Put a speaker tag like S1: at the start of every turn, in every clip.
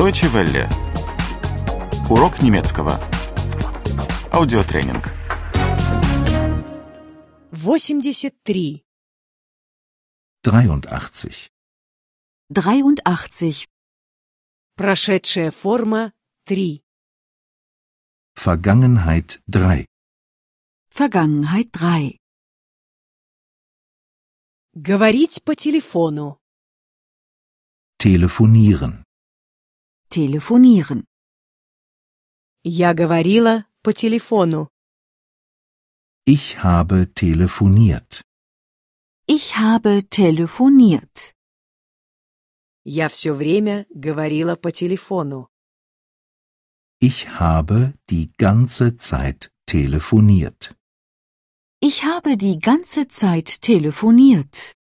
S1: Deutsche Welle. Урок немецкого. Аудиотренинг.
S2: 83.
S3: 83.
S4: 83.
S2: Прошедшая форма 3.
S3: Vergangenheit 3.
S4: Vergangenheit 3.
S2: Говорить по телефону.
S3: Telefonieren.
S4: Telefonieren.
S2: Я говорила по телефону.
S3: Ich habe telefoniert.
S4: Ich habe telefoniert.
S2: Я все время говорила по телефону.
S3: Ich habe die ganze Zeit telefoniert.
S4: Ich habe die ganze Zeit telefoniert.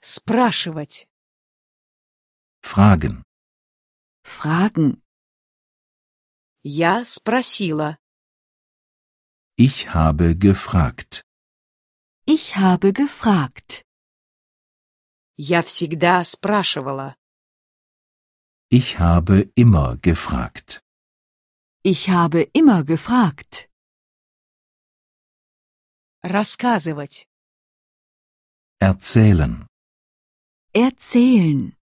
S2: Спрашивать.
S3: Fragen.
S4: Fragen.
S2: Я спросила.
S3: Ich habe gefragt.
S4: Ich habe gefragt.
S2: Я всегда спрашивала.
S3: Ich habe immer gefragt.
S4: Ich habe immer gefragt.
S2: Рассказывать.
S3: Erzählen.
S4: Erzählen.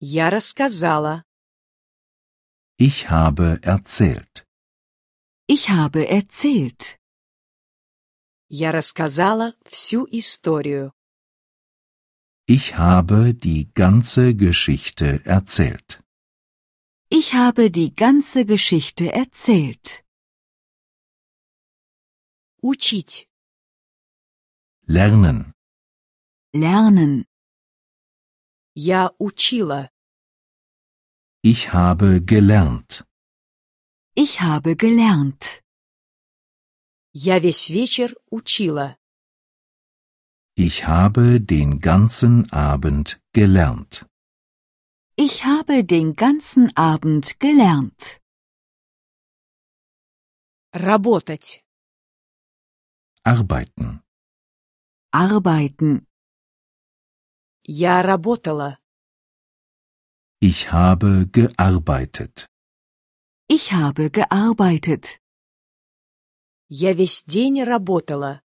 S2: Я рассказала.
S3: Ich habe erzählt.
S4: Ich habe erzählt.
S2: Я рассказала всю историю.
S3: Ich habe die ganze Geschichte erzählt.
S4: Ich habe die ganze Geschichte erzählt.
S2: Учить.
S3: Lernen.
S4: Lernen.
S2: Я учила.
S3: Ich habe gelernt.
S4: Ich habe gelernt.
S2: Я весь вечер учила.
S3: Ich habe den ganzen Abend gelernt.
S4: Ich habe den ganzen Abend gelernt.
S2: Работать.
S3: Arbeiten.
S4: Arbeiten.
S2: Я работала.
S3: Ich habe gearbeitet.
S4: Ich habe gearbeitet.
S2: Я весь день работала.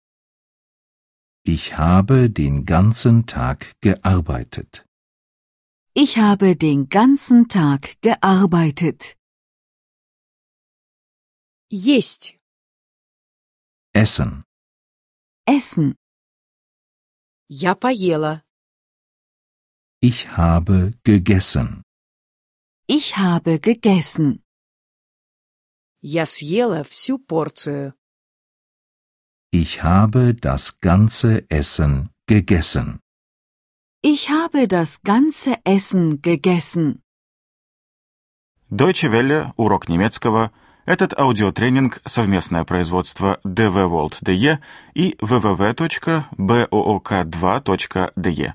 S3: Ich habe den ganzen Tag gearbeitet.
S4: Ich habe den ganzen Tag gearbeitet.
S2: Есть.
S3: Essen.
S4: Essen.
S2: Я поела.
S3: Ich habe gegessen.
S4: Ich habe gegessen.
S2: Я съела всю порцию.
S3: Ich habe das ganze Essen gegessen.
S4: Ich habe das ganze Essen gegessen.
S1: Deutsche Welle. Урок немецкого. Этот аудиотренинг – совместное производство DW World DE и www.book2.de.